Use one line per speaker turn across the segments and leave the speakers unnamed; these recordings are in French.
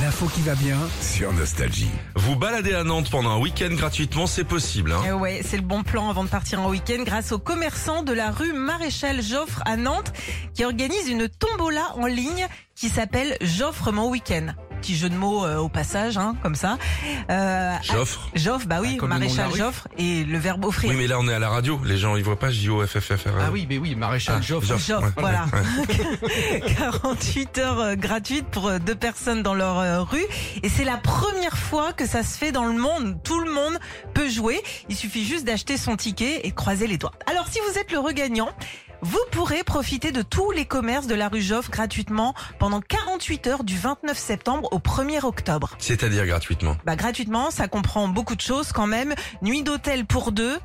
L'info qui va bien.
sur Nostalgie.
Vous balader à Nantes pendant un week-end gratuitement, c'est possible. Hein
Eh ouais, c'est le bon plan avant de partir en week-end grâce aux commerçants de la rue Maréchal Joffre à Nantes qui organisent une tombola en ligne qui s'appelle Joffre mon week-end. Petit jeu de mots euh, au passage, hein, comme ça. Euh,
J'offre.
à- Joffre, bah oui,
Ah, comme le nom de la
Maréchal
rue.
Joffre et le verbe offrir.
Oui, mais là on est à la radio, les gens ils voient pas J-O-F-F-F-R.
Ah oui, mais oui, Maréchal
Ah,
Joffre.
Joffre.
Joffre,
Ouais,
voilà. 48 heures euh, gratuites pour euh, deux personnes dans leur euh, rue. Et c'est la première fois que ça se fait dans le monde. Tout le monde peut jouer. Il suffit juste d'acheter son ticket et de croiser les doigts. Alors si vous êtes le regagnant, vous pourrez profiter de tous les commerces de la rue Joffre gratuitement pendant 48 heures du 29 septembre au 1er octobre.
C'est-à-dire gratuitement.
Bah, gratuitement, ça comprend beaucoup de choses quand même. Nuit d'hôtel pour deux,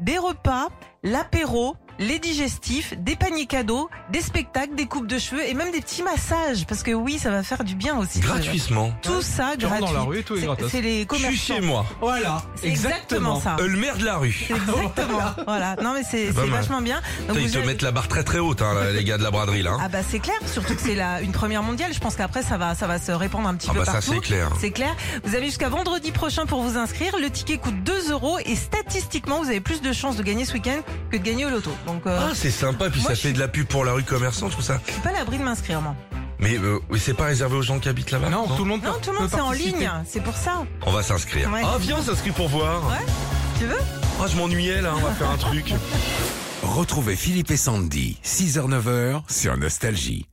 des repas, l'apéro, les digestifs, des paniers cadeaux, des spectacles, des coupes de cheveux et même des petits massages. Parce que oui, ça va faire du bien aussi.
Gratuitement.
Tout ça
Tu rentres
gratuit.
dans la rue, tout est
C'est-
gratos.
C'est les
Je suis
commerçants.
chez moi,
Voilà,
C'est exactement ça.
euh, le maire de la rue.
C'est Exactement. voilà. Non mais c'est
C'est pas
c'est
mal.
vachement bien. Donc,
Putain, ils
vous
te
avez-
mettent la barre très très haute, hein, là, les gars de la braderie là. hein.
Ah bah c'est clair, surtout que c'est la une première mondiale. Je pense qu'après ça va ça va se répandre un petit
Ah
peu
bah ça
partout.
c'est clair.
C'est clair. Vous avez jusqu'à vendredi prochain pour vous inscrire. Le ticket coûte 2 euros et statistiquement, vous avez plus de chances de gagner ce week-end que de gagner au loto. Donc, euh,
Ah c'est sympa, puis
Moi,
ça
je
fait
suis-
de la pub pour la rue commerçante, tout ça.
je suis pas à l'abri de m'inscrire, moi.
Mais euh, c'est pas réservé aux gens qui habitent là-bas
Non, tout le monde
Non,
peut-
tout le
peut
monde, c'est en
participer.
ligne. C'est pour ça.
On va s'inscrire.
Ouais.
Ah viens, on s'inscrit pour voir.
Ouais. Tu veux
Ah je m'ennuyais là, on va faire un truc.
Retrouvez Philippe et Sandy, 6h-9h sur Nostalgie.